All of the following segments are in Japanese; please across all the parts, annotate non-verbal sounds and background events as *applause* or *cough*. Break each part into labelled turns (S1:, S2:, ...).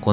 S1: こ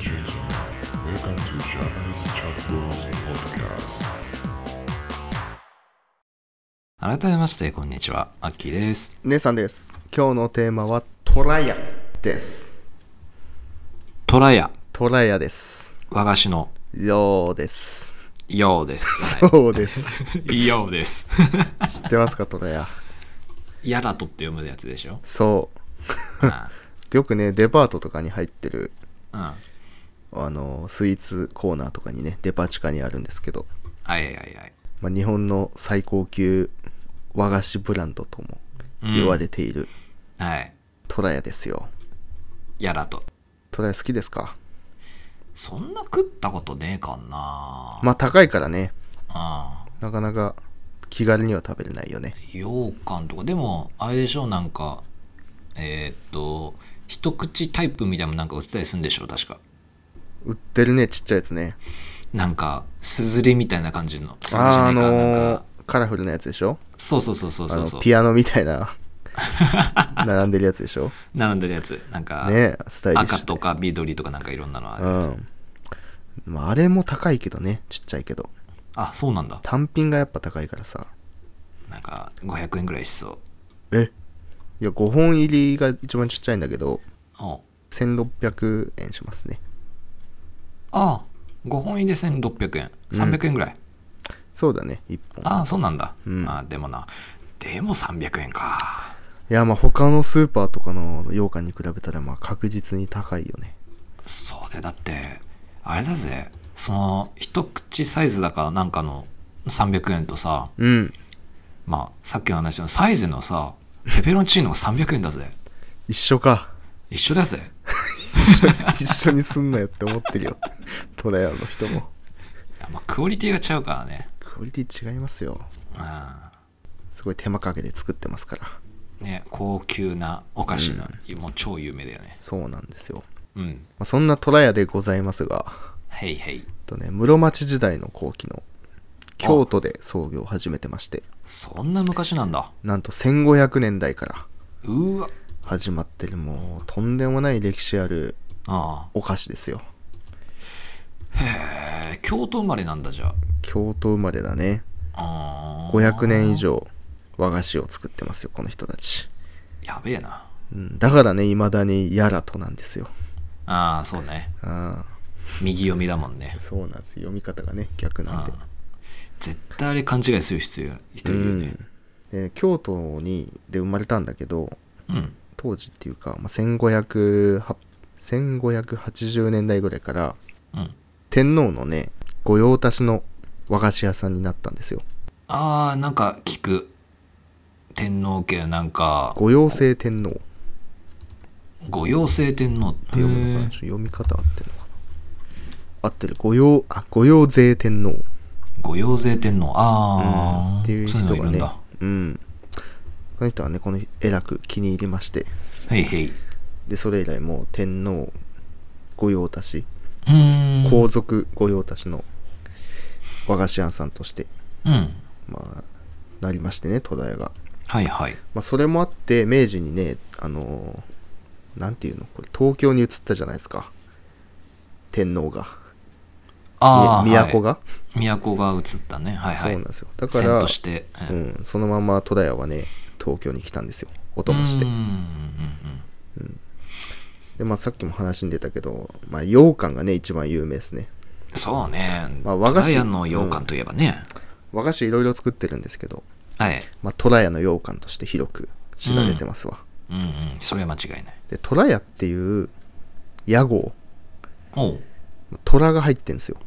S2: gentlemen, welcome to Japanese Chat Bros Podcast.
S1: 改めましてこんにちはアッキーです
S3: ネイさんです。今日のテーマはトラヤです。
S1: トラヤ
S3: トラヤです。
S1: 和菓子の
S3: ようです。
S1: ようです
S3: そうです。
S1: *laughs* ようです
S3: 知ってますか、トラヤ。
S1: ヤラトって読むやつで *laughs* しょ
S3: そ
S1: あ
S3: う。よくね、デパートとかに入ってる、
S1: うんあ
S3: あの、スイーツコーナーとかにね、デパ地下にあるんですけど、
S1: いあいあいあい
S3: まあ、日本の最高級和菓子ブランドとも
S1: うん
S3: 言われている
S1: はい
S3: トラヤですよ、
S1: ヤラト
S3: トラヤ好きですか
S1: そんな食ったことねえかな
S3: まあ高いからね
S1: あ
S3: なかなか気軽には食べれないよね
S1: 羊羹とかでもあれでしょなんかえーっと一口タイプみたいなのなんか売ってたりするんでしょ確か
S3: 売ってるねちっちゃいやつね
S1: なんかすずりみたいな感じのすずりじ
S3: あー
S1: ゃ
S3: あ
S1: ねえ
S3: の
S1: かな
S3: ー
S1: んか
S3: カラフルなやつでしょ
S1: そうそうそうそう
S3: あ
S1: そ
S3: の
S1: うそう
S3: ピアノみたいな *laughs* 並んでるやつでしょ
S1: 並んでるやつなんか、
S3: ねスタイリッシ
S1: 赤
S3: ュで
S1: とか緑とかなんかいろんなのあるやつ、
S3: うんまああれも高いけどねちっちゃいけど
S1: あそうなんだ
S3: 単品がやっぱ高いからさ
S1: なんか500円ぐらいしそう
S3: えいや5本入りが一番ちっちゃいんだけど
S1: お
S3: 1600円しますね
S1: あ5本入りで1600円300円ぐらい、
S3: そうだね1本
S1: ああそうなんだ、
S3: うん
S1: あーでもなでも300円か
S3: いやまあ他のスーパーとかの羊羹に比べたらまあ確実に高いよね
S1: そうだよだってあれだぜその一口サイズだからなんかの300円とさ
S3: うん
S1: まあさっきの話のサイズのさペペロンチーノが300円だぜ
S3: 一緒か
S1: 一緒だぜ
S3: *laughs* 一緒にすんなよって思ってるよ *laughs* トラヤの人も
S1: いやまあクオリティが違うからね
S3: クオリティ違いますよすごい手間かけて作ってますから
S1: うんね高級なお菓子の、もう超有名だよね
S3: そうなんですよ、
S1: うん
S3: まあ、そんなトラヤでございますが
S1: へいへい
S3: えっとね室町時代の後期の京都で創業を始めてまして
S1: そんな昔なんだ
S3: なんと1500年代から
S1: うーわ
S3: 始まってるもうとんでもない歴史ある
S1: あ
S3: お菓子ですよ
S1: あ、えー京都生まれなんだじゃ
S3: 京都生まれだね
S1: ああー
S3: 500年以上和菓子を作ってますよこの人たち、
S1: やべえな
S3: うん、だからねいまだにやらとなんですよ
S1: ああそうね
S3: あ
S1: 右読みだもんね
S3: あそうなんです読み方がね逆なんで
S1: あ、あ絶対あれ勘違いする必要人
S3: う
S1: いるよ
S3: ん
S1: ね
S3: で京都にで生まれたんだけど
S1: うん、
S3: 当時っていうか、まあ、1500は1580年代ぐらいから
S1: うん
S3: 天皇のね御用達の和菓子屋さんになったんですよ
S1: ああなんか聞く天皇家なんか
S3: 御用制天皇って
S1: ご妖精天皇って
S3: 読むのかなちょっと読み方合ってるのかな合ってる御用あ御用税天皇
S1: ご妖精天皇ああ、
S3: っていう人
S1: そういうのいる
S3: が
S1: ん
S3: ね
S1: だ
S3: うんこの人はねこの偉く気に入りまして
S1: へいへいう
S3: でそれ以来もう天皇御用達
S1: ーん
S3: 皇族御用達の和菓子屋さんとして
S1: うん
S3: まあなりましてね戸田屋が、
S1: はいはい
S3: まあ、それもあって明治にねあのーなんていうのこれ東京に移ったじゃないですか天皇が
S1: ああ
S3: み都が、
S1: 都が移ったねはい
S3: そ
S1: は
S3: うないんですよだか
S1: 遷
S3: ら
S1: 都して、
S3: う
S1: うん
S3: ん、そのまま戸田屋はね東京に来たんですよお供して
S1: うんうん
S3: で、まあ、さっきも話に出たけど、まあ、羊羹がね一番有名ですね
S1: うんそうね、
S3: まあ和菓子
S1: トラヤの羊羹といえばね、
S3: 和菓子いろいろ作ってるんですけど、
S1: はい
S3: まあ、トラヤの羊羹として広く知られてますわ、
S1: うんうんそれは間違いない
S3: でトラヤっていう屋号
S1: おう
S3: 虎が入ってんですよ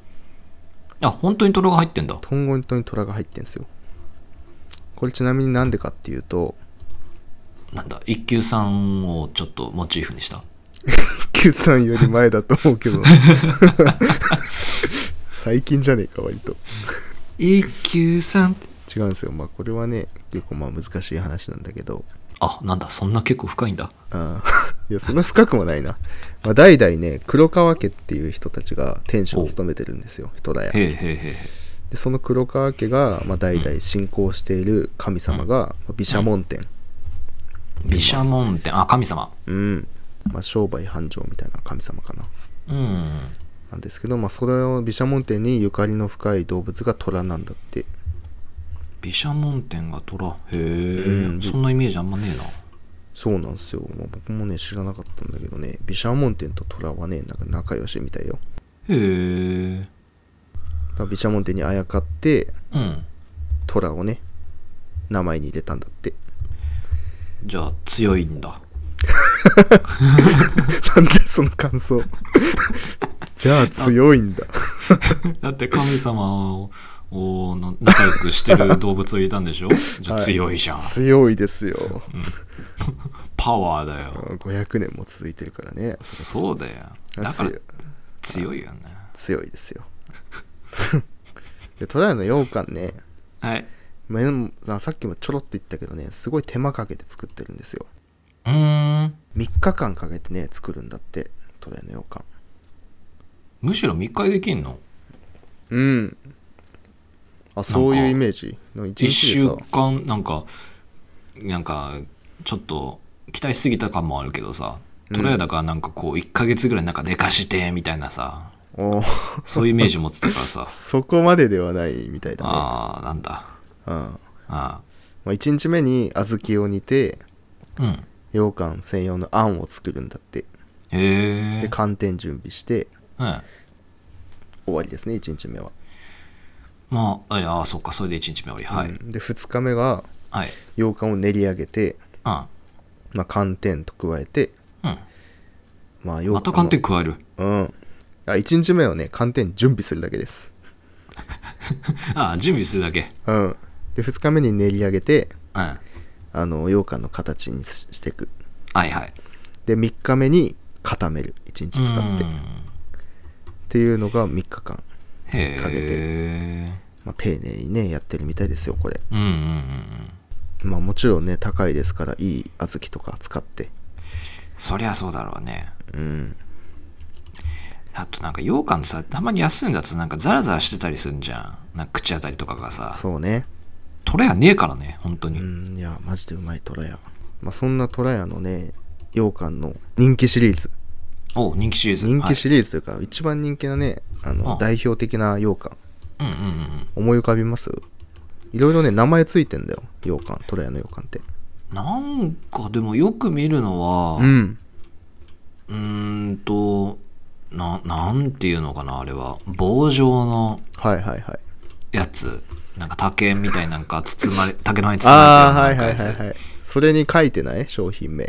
S1: あ本当にトロが入ってんだ
S3: トンゴントに虎が入ってんですよこれちなみになんでかっていうと *laughs*
S1: なんだ一級さんをちょっとモチーフにした *laughs*
S3: 9 3より前だと思うけど最近じゃねえか割と
S1: 一休さん
S3: 違うんですよまあこれはね結構まあ難しい話なんだけど
S1: あなんだそんな結構深いんだ
S3: あー *laughs* いやそんな深くもないな、まあ、代々ね黒川家っていう人たちが店主を務めてるんですよ人だ
S1: へ
S3: や
S1: えへえへえへ
S3: でその黒川家が、まあ、代々信仰している神様が、まあ毘沙門天
S1: え毘沙門天あ神様
S3: うん、まあ、商売繁盛みたいな神様かな
S1: うん
S3: なんですけど、まあ、それを毘沙門天にゆかりの深い動物が虎なんだって
S1: 毘沙門天が虎へえ、
S3: ん
S1: そんなイメージあんまねえな
S3: そうなんですよ、まあ僕もね知らなかったんだけどね毘沙門天と虎はねなんか仲良しみたいよ
S1: へえ
S3: だから毘沙門天にあやかって
S1: うん
S3: 虎をね名前に入れたんだって *laughs*
S1: じゃあ強いんだ
S3: なんでその感想 *laughs* じゃあ強いんだ
S1: だって神様ををの仲良くしてる動物を入れたんでし *laughs* ょじゃあ強いじゃん、
S3: *laughs* 強いですよ
S1: パワーだよ
S3: 500年も続いてるからね
S1: そうだよだから
S3: 強い
S1: 強いよね
S3: 強いですよ *laughs* で虎屋の羊羹ね
S1: はい
S3: まあでもささっきもちょろっと言ったけどねすごい手間かけて作ってるんですよ
S1: うーん
S3: 3日間かけてね作るんだって虎屋の羊羹
S1: むしろ密会できんの
S3: うんあそういうイメージの1
S1: 1
S3: 日で
S1: 週
S3: さ
S1: 間なんかなんかちょっと期待しすぎた感もあるけどさトラヤだからなんかこう1ヶ月ぐらいなんか寝かしてみたいなさ
S3: おー
S1: そういうイメージ持ってたからさ
S3: *laughs* そこまでではないみたいだね
S1: ああなんだ
S3: うんま
S1: あ
S3: あ、1日目に小豆を煮て
S1: ーうん
S3: 羊羹専用のあんを作るんだって
S1: へ
S3: で
S1: え、
S3: 寒天準備して
S1: うん、
S3: 終わりですね1日目は、
S1: まあああそっかそれで1日目終わりはい、
S3: うんで2日目が
S1: はい
S3: 羊羹を練り上げて、
S1: うん
S3: まあ、寒天と加えて、
S1: うん
S3: まあ、羊羹
S1: また寒天加える
S3: うんあ1日目はね寒天準備するだけです
S1: ああ準備するだけ
S3: うんで2日目に練り上げて
S1: うんは
S3: あの羊羹の形にししていく
S1: いはい
S3: で3日目に固める1日使って
S1: う
S3: っ
S1: ん
S3: ていうのが3日間、
S1: へ
S3: かけて
S1: え
S3: まあ、丁寧にねやってるみたいですよこれ
S1: うんうんうんうん
S3: まあもちろんね高いですからいい小豆とか使って
S1: そりゃそうだろうね
S3: うん
S1: あとなんか羊羹ってさたまに安いんだとなんかザラザラしてたりするんじゃんなんか口当たりとかがさ
S3: そうね
S1: トレやねえからね本当に、
S3: うんいやマジでうまい虎屋まあそんな虎屋のね羊羹の人気シリーズ
S1: お人気シリーズ
S3: 人気シリーズというか、一番人気なねあの
S1: あ
S3: 代表的な羊羹
S1: はい、うんうんうんうん
S3: 思い浮かびますいろいろね名前ついてんだよ羊羹虎屋の羊羹って
S1: なんかでもよく見るのは
S3: う
S1: うんーんとななんていうのかなあれは棒状の
S3: はいはいはい
S1: やつなんか竹みたいなんか包まれ竹の上に包
S3: ああ
S1: ま
S3: は
S1: れ
S3: い
S1: てる
S3: は
S1: ないん
S3: は
S1: かやつ
S3: いはいそれに書いてない商品名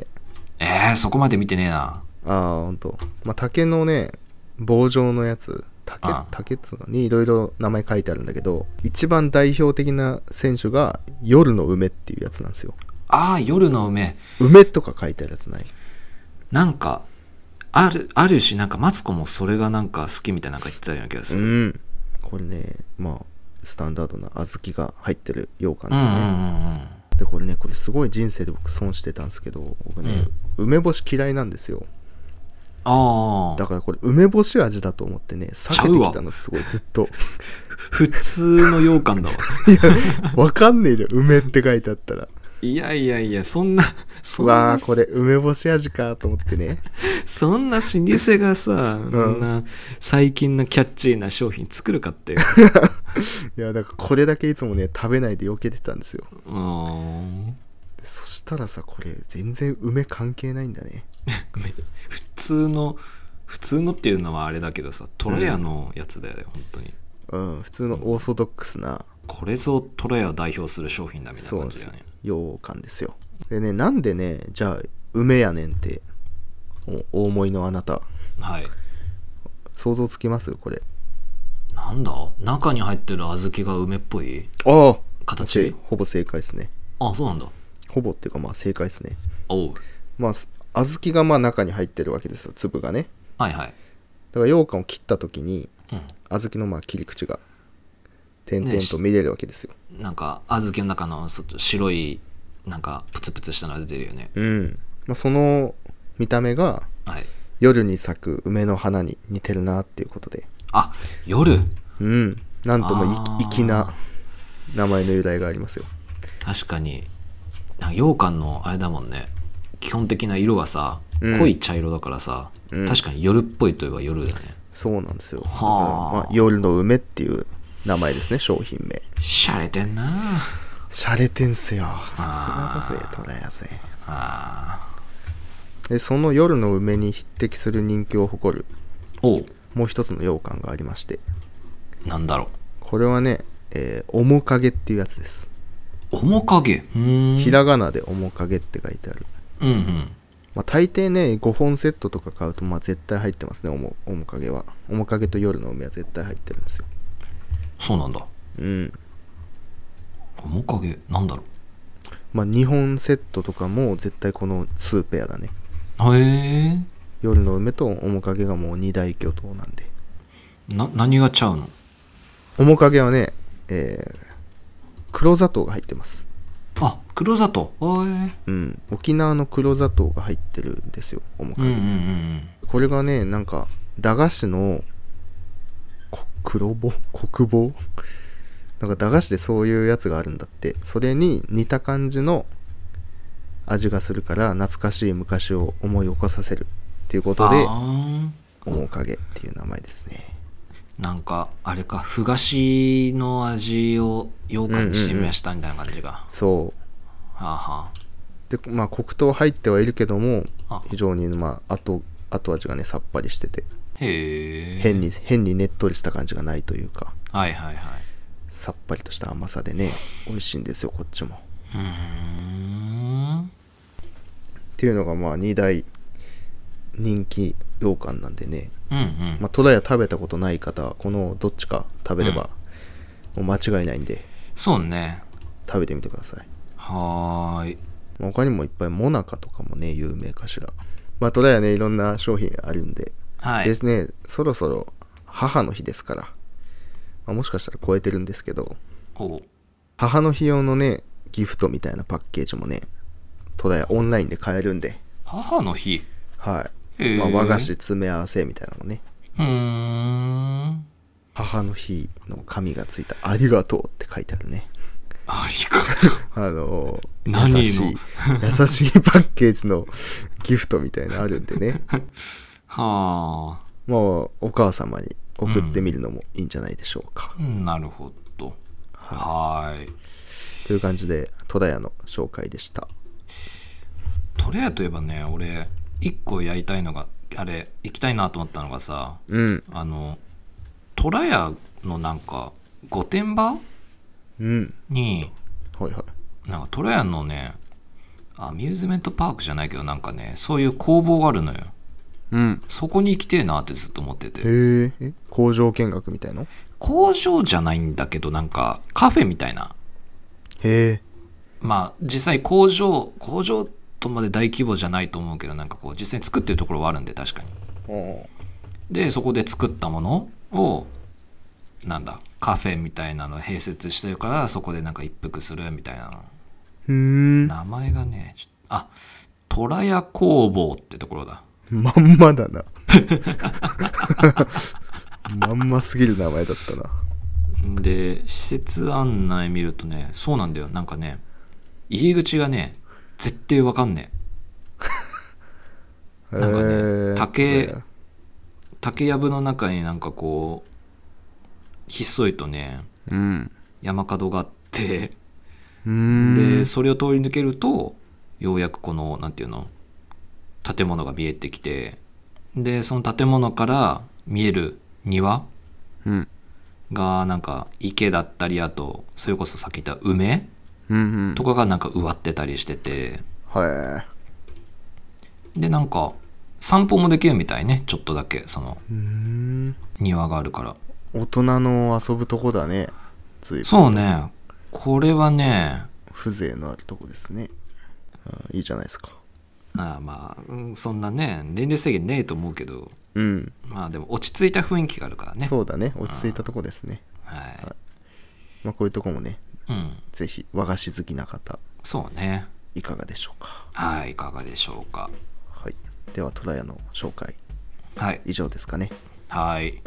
S1: えー、そこまで見てねえな
S3: ああほんとまあ竹のね棒状のやつ竹
S1: ああ
S3: 竹っつうのにいろいろ名前書いてあるんだけど一番代表的な選手が夜の梅っていうやつなんですよ
S1: ああ夜の梅
S3: 梅とか書いてあるやつない
S1: なんかあるあるしなんかマツコもそれがなんか好きみたいななんか言ってたような気がす
S3: う
S1: る、
S3: んこれねまあスタンダードな小豆が入ってる羊羹
S1: うん、うん
S3: です
S1: う
S3: ね、
S1: んうん
S3: でこれねこれすごい人生で僕損してたんですけど僕ね、梅干し嫌いなんですよ
S1: あ
S3: だ
S1: あ
S3: からこれ梅干し味だと思ってね避けてきたのすごいずっと
S1: 普通の羊羹だわ *laughs*
S3: わかんねえじゃん梅って書いてあったら
S1: いやいやいやそんなそ
S3: うん
S1: な
S3: わーこれ梅干し味かと思ってね
S1: そんな老舗がさ、こんな最近のキャッチーな商品作るかってよ
S3: いやだからこれだけいつもね食べないで避けてたんですよ
S1: *laughs* うーん
S3: でそしたらさこれ全然梅関係ないんだね
S1: 普通の普通のっていうのはあれだけどさトレアのやつだよね、本当に
S3: うん普通のオーソドックスな
S1: これぞトレアを代表する商品だみたい
S3: そ
S1: な
S3: う
S1: 感
S3: で
S1: じ
S3: す
S1: だよ
S3: よ
S1: ね
S3: 羊羹ですよでねなんでねじゃあ梅やねんっておお思いのあなた
S1: はい
S3: 想像つきますこれ
S1: なんだ中に入ってる小豆が梅っぽい
S3: ああ
S1: 形
S3: ほぼ正解ですね
S1: あそうなんだ
S3: ほぼっていうかまあ正解ですね
S1: おう
S3: まあす小豆がまあ中に入ってるわけですよ粒がね
S1: はいはい
S3: だから羊羹を切った時に
S1: うん
S3: 小豆のまあ切り口が点々
S1: ねし
S3: と見れるわけですよ、
S1: なんか小豆の中のそ白いなんかプツプツしたのが出てるよね
S3: うんまあ、その見た目が
S1: はい
S3: 夜に咲く梅の花に似てるなっていうことで
S1: あ夜
S3: うんなんとも
S1: あ
S3: い
S1: ー
S3: 粋な名前の由来がありますよ
S1: 確かになんか羊羹のあれだもんね基本的な色がさ、
S3: うん
S1: 濃い茶色だからさ、
S3: うん
S1: 確かに夜っぽいといえば夜だね
S3: そうなんですよだから
S1: はあ
S3: まあ夜の梅っていう名前ですね商品名
S1: 洒落てんな
S3: シャレてんすよさすがだぜトラやぜ
S1: あ
S3: でその夜の梅に匹敵する人気を誇る
S1: ーおう
S3: もう一つの羊羹がありまして
S1: なんだろ
S3: これはね、えー面影っていうやつです
S1: う面影うーん
S3: ひらがなで面影って書いてある、
S1: うんうん
S3: まあ、大抵ね5本セットとか買うとまあ絶対入ってますね面面影は面影と夜の梅は絶対入ってるんですよ
S1: そうなんだ
S3: うん
S1: 面影なんだろ
S3: まあ2本セットとかも絶対この2ペアだね
S1: うへ
S3: 夜の梅と面影がもう二大巨頭なんで
S1: えな何がちゃうの
S3: 面影はね、えー黒砂糖が入ってます
S1: あ黒砂糖へえ
S3: うん沖縄の黒砂糖が入ってるんですよ面
S1: うんうん
S3: 影、
S1: うん
S3: これがねなんか駄菓子のこ黒棒黒棒なんか駄菓子でそういうやつがあるんだってそれに似た感じの味がするから懐かしい昔を思い起こさせるっていうことで
S1: あー
S3: 面影っていう名前ですね
S1: なんかあれかふ菓子の味を羊羹にしてみましたみたいな感じが、
S3: そう
S1: はあは
S3: でまあ黒糖入ってはいるけども
S1: あ
S3: 非常にまあ後後味がねさっぱりしてて
S1: あへえ
S3: 変に変にねっとりした感じがないというか
S1: はいはいはい
S3: さっぱりとした甘さでね美味しいんですよこっちもっ
S1: うーん
S3: ていうのがまあ2大人気羊羹なんでね
S1: うんうん、
S3: まあトラヤ食べたことない方はこのどっちか食べればもう間違いないんで
S1: そうね
S3: 食べてみてください
S1: はーい
S3: まあ他にもいっぱいモナカとかもね有名かしらまあトラヤねいろんな商品あるんで
S1: はい
S3: ですね、そろそろ母の日ですから、まあもしかしたら超えてるんですけど、
S1: おう
S3: 母の日用のね、ギフトみたいなパッケージもね、トラヤオンラインで買えるんで、
S1: 母の日
S3: はい。
S1: へえ
S3: まあ、和菓子詰め合わせみたいなのもね、
S1: うーん
S3: 母の日の紙がついたありがとうって書いてあるね。
S1: ありがとう
S3: あのー
S1: 何の
S3: 優しい、優しいパッケージのギフトみたいなのあるんで *laughs* ね、
S1: はあ
S3: もうお母様に送ってみるのもいいんじゃないでしょうか。
S1: うんなるほどはーい
S3: という感じで、トラヤの紹介でした。
S1: トレアといえばね俺一個やりたいのがあれ行きたいなと思ったのがさ
S3: うん、
S1: あのトラヤのなんか御殿場
S3: うん。
S1: に
S3: はいはい。
S1: なんかトラヤのねアミューズメントパークじゃないけどなんかねそういう工房があるのよ
S3: うん。
S1: そこに行きてえなってずっと思ってて
S3: へええ、工場見学みたいのへ
S1: 工場じゃないんだけどなんかカフェみたいな
S3: え。
S1: まあ実際工場工場とまで大規模じゃないと思うけどなんかこう実際に作ってるところはあるんで確かに
S3: お
S1: でそこで作ったものをなんだカフェみたいなの併設してるからそこでなんか一服するみたいな
S3: うーん。
S1: 名前がねちょあ虎屋工房ってところだ
S3: まんまだ *laughs* な。まんますぎる名前だったな。
S1: で施設案内見るとねそうなんだよなんかね入り口がね絶対わかんね
S3: へえ
S1: なんかね竹え竹やぶの中になんかこうひっそりとね
S3: うん。
S1: 山角があって
S3: うーん。
S1: でそれを通り抜けるとようやくこのなんていうの建物が見えてきてでその建物から見える庭
S3: うん。
S1: がなんか池だったりあとそれこそさっき言った梅
S3: うん、うん。
S1: とかがなんか植わってたりしてて
S3: は
S1: でなんか散歩もできるみたいねちょっとだけその
S3: い。うーん。
S1: 庭があるから
S3: 大人の遊ぶとこだね。ずいぶん
S1: そうねこれはね
S3: 風情のあるとこですね。あいいじゃないですか。
S1: ああまあ、うんそんなね年齢制限ねえと思うけど
S3: うん、
S1: まあでも落ち着いた雰囲気があるからね
S3: そうだね落ち着いたとこですね
S1: は
S3: まあこういうとこもね
S1: い、うん、
S3: ぜひ和菓子好きな方
S1: そうね
S3: いかがでしょうか
S1: はいいかがでしょうか
S3: はいでは虎屋の紹介
S1: はい
S3: 以上ですかね
S1: はい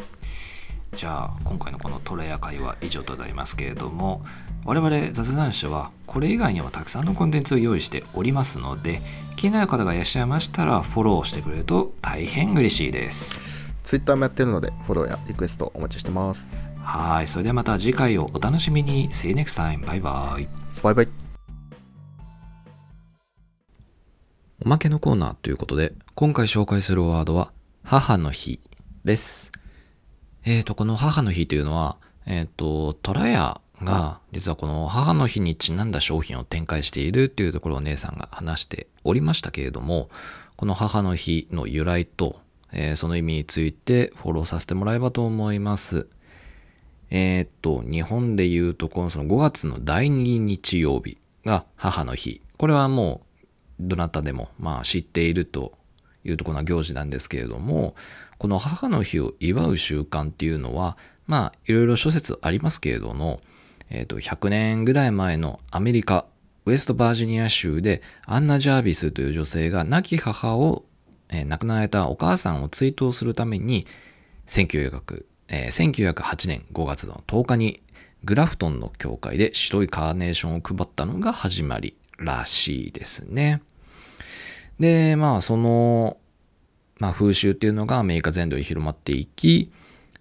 S1: じゃあ今回のこのトレア会は以上となりますけれども我々雑談社はこれ以外にもたくさんのコンテンツを用意しておりますので気になる方がいらっしゃいましたらフォローしてくれると大変嬉しいです
S3: ツイッターもやってるのでフォローやリクエストお待ちしてます
S1: はいそれではまた次回をお楽しみに See you next time バイバイ
S3: バイバイ
S1: おまけのコーナーということで、今回紹介するワードは、母の日です。えーと、この母の日というのは、えっ、と、トラヤが、実はこの母の日にちなんだ商品を展開しているというところを姉さんが話しておりましたけれども、この母の日の由来と、えーその意味についてフォローさせてもらえればと思います。えーっと、日本でいうと、このその5月の第2日曜日が母の日。これはもう、どなたでも、まあ、知っているというところな行事なんですけれども、この母の日を祝う習慣っていうのは、まあ、いろいろ諸説ありますけれども、えーっと、100年ぐらい前のアメリカ、ウェストバージニア州で、アンナ・ジャービスという女性が亡き母を、えー亡くなられたお母さんを追悼するために、1900えー1908年5月の10日にグラフトンの教会で白いカーネーションを配ったのが始まりらしいですね。で、まあその、まあ、風習っていうのがアメリカ全土に広まっていき、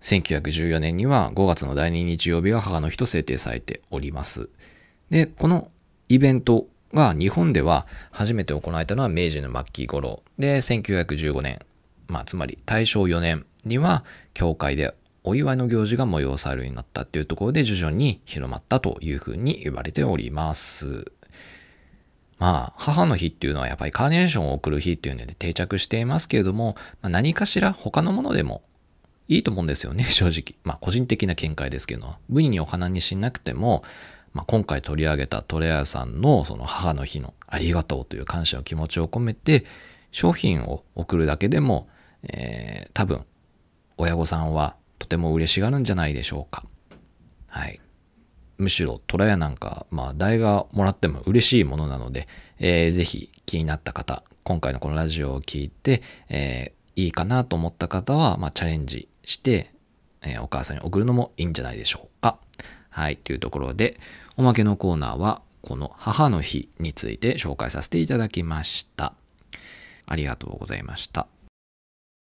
S1: 1914年には5月の第2日曜日が母の日と制定されております。で、このイベントが日本では初めて行われたのは明治の末期頃で、1915年、まあ、つまり大正4年には教会でお祝いの行事が催されるようになったというところで徐々に広まったというふうに言われております。まあ、母の日っていうのはやっぱりカーネーションを贈る日っていうので定着していますけれども、まあ何かしら他のものでもいいと思うんですよね、 *laughs* 正直。まあ、個人的な見解ですけど、無理にお花にしなくても、まあ、今回取り上げたトレアさんのその母の日のありがとうという感謝の気持ちを込めて、商品を送るだけでも、えー多分、親御さんはとても嬉しがるんじゃないでしょうか。はい。むしろトラヤなんか、まあ、代がもらっても嬉しいものなので、えーぜひ気になった方、今回のこのラジオを聞いて、えーいいかなと思った方は、まあ、チャレンジして、えーお母さんに送るのもいいんじゃないでしょうか。はい、というところで、おまけのコーナーは、この母の日について紹介させていただきました。ありがとうございました。